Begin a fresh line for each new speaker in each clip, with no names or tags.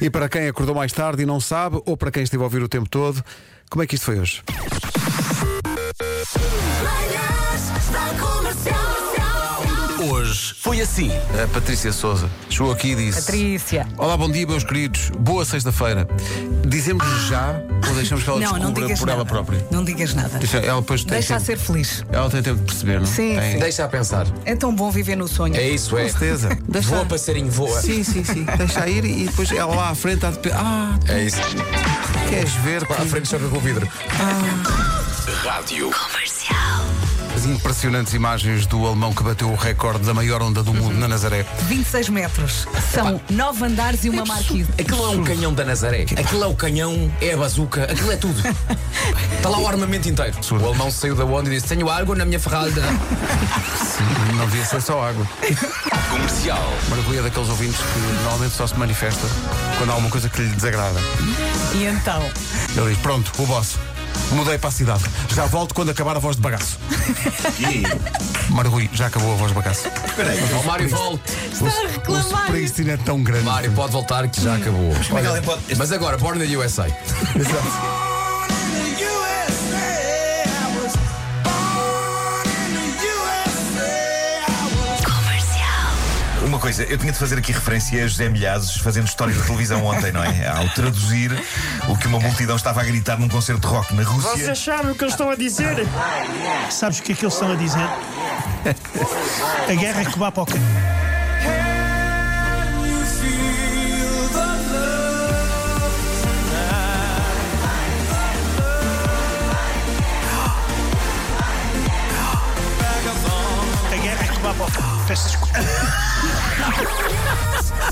E para quem acordou mais tarde e não sabe, ou para quem esteve a ouvir o tempo todo, como é que isto foi hoje?
Manhãs da Comercial.
Hoje foi assim. A Patrícia Souza chegou aqui e disse:
Patrícia.
Olá, bom dia, meus queridos. Boa sexta-feira. Dizemos já ou deixamos que ela
não, não
descubra
digas
por
nada.
ela própria?
Não digas nada.
assim Deixa, ela depois tem
Deixa a
tempo-
ser feliz.
Ela tem tempo de perceber, não?
Sim,
Tem-
sim.
Deixa a pensar.
É tão bom viver no sonho.
É isso, é.
Com certeza.
Voa, passarinho, voa.
sim, sim, sim. Deixa ir e depois ela lá à frente há de. pe- Ah,
É isso.
queres ver?
À frente choca com o vidro.
As impressionantes imagens do alemão que bateu o recorde da maior onda do mundo na Nazaré.
26 metros. São nove andares e uma marquise.
Aquilo é um canhão da Nazaré. Aquilo é o canhão, é a bazuca, aquilo é tudo. Está lá o armamento inteiro. O alemão saiu da onda e disse: Tenho água na minha ferrada.
Sim, não devia ser só água.
Comercial.
Maravilha daqueles ouvintes que normalmente só se manifesta quando há alguma coisa que lhe desagrada.
E então?
Ele diz: Pronto, o boss. Mudei para a cidade. Já volto quando acabar a voz de bagaço. Margui, já acabou a voz de bagaço.
Ó Mário, volte.
Está a
O
reclamar.
Springsteen é tão grande.
Mário, pode voltar que já acabou. Olha, Hum. Mas agora, Born in the USA.
Uma coisa, eu tinha de fazer aqui referência a José Milhazes fazendo história da televisão ontem, não é? Ao traduzir o que uma multidão estava a gritar num concerto de rock na Rússia.
Vocês sabem o que eles estão a dizer? Sabes o que é que eles estão a dizer? A guerra é que vai para o canhão. A guerra é que vai para o canhão. Peço desculpa.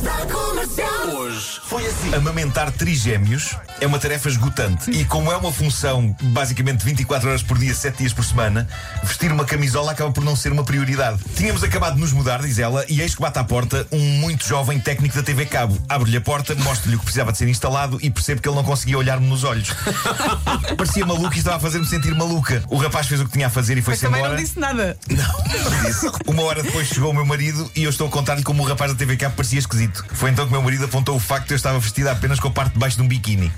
Da Comercial.
assim. Amamentar trigêmeos é uma tarefa esgotante. E como é uma função basicamente 24 horas por dia, 7 dias por semana, vestir uma camisola acaba por não ser uma prioridade. Tínhamos acabado de nos mudar, diz ela, e eis que bate à porta um muito jovem técnico da TV Cabo. Abro-lhe a porta, mostro-lhe o que precisava de ser instalado e percebo que ele não conseguia olhar-me nos olhos. Parecia maluco e estava a fazer-me sentir maluca. O rapaz fez o que tinha a fazer e foi-se
Também
embora.
não disse nada.
Não disse. Uma hora depois chegou o meu marido e eu estou a contar-lhe como o rapaz da TVK parecia esquisito. Foi então que o meu marido apontou o facto de eu estava vestida apenas com a parte de baixo de um biquíni.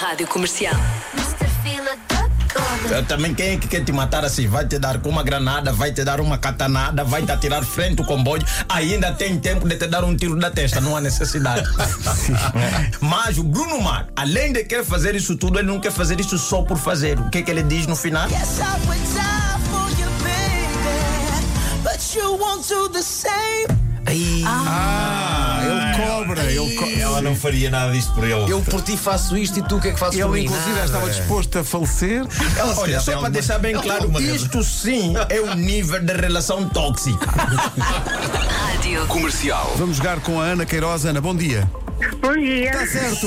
Rádio Comercial.
Eu também quem é que quer te matar assim? Vai te dar com uma granada, vai te dar uma catanada, vai te atirar frente do comboio, ainda tem tempo de te dar um tiro da testa, não há necessidade. Mas o Bruno Mar, além de querer fazer isso tudo, ele não quer fazer isso só por fazer. O que é que ele diz no final?
Ah, ele cobra. Ele, co-
Ela não faria nada disto por ele.
Eu por ti faço isto e tu o que é que fazes por
ele
mim?
inclusive, já
Nada.
estava disposto a falecer.
Ela se
Olha,
calhar
só
tem
para
alguma-
deixar bem
Ela tem
claro,
alguma razão.
isto sim é
um
o nível de relação tóxica.
Rádio
Comercial.
Vamos jogar com a Ana Queiroz. Ana, bom dia.
Bom dia.
Está certo.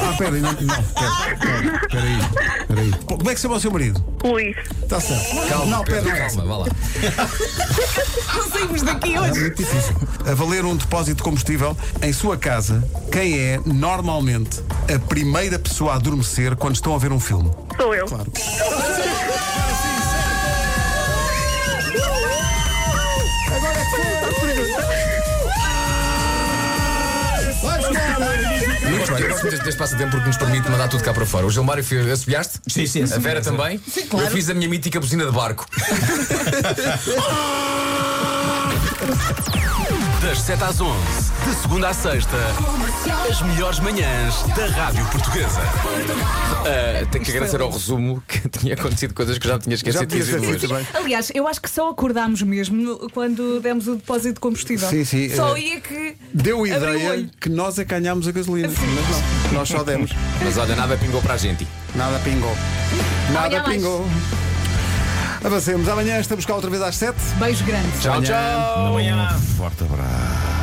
Ah, peraí, não. não pera, pera, peraí, peraí. Pô, Como é que se chama o seu marido?
Luís.
Está Tá certo.
Calma,
não, pera,
Pedro,
não.
calma, vá lá.
Não saímos daqui hoje.
É Muito difícil. A valer um depósito de combustível em sua casa, quem é normalmente a primeira pessoa a adormecer quando estão a ver um filme?
Sou eu.
Muito bem, eu gosto muito deste passatempo porque nos permite mandar tudo cá para fora. O Gilmário fez, assobiaste?
Sim, sim, sim.
A Vera também? Sim, claro. Eu fiz a minha mítica buzina de barco.
Das 7 às 11, de segunda à sexta, as melhores manhãs da Rádio Portuguesa.
Ah, tenho que agradecer ao resumo que tinha acontecido coisas que já me tinha esquecido.
Já podia
de
ser
dizer
feito
hoje.
bem.
Aliás, eu acho que só acordámos mesmo no- quando demos o depósito de combustível.
Sim, sim,
Só
eh,
ia que.
Deu
abri o
ideia
olho.
que nós é que ganhámos a gasolina,
Sim.
mas não, nós só demos.
Mas olha, nada pingou para a gente.
Nada pingou. Nada
Amanhã mais.
pingou. Avancemos. Amanhã estamos cá outra vez às 7.
Beijo grande.
Tchau, tchau.
Um forte abraço.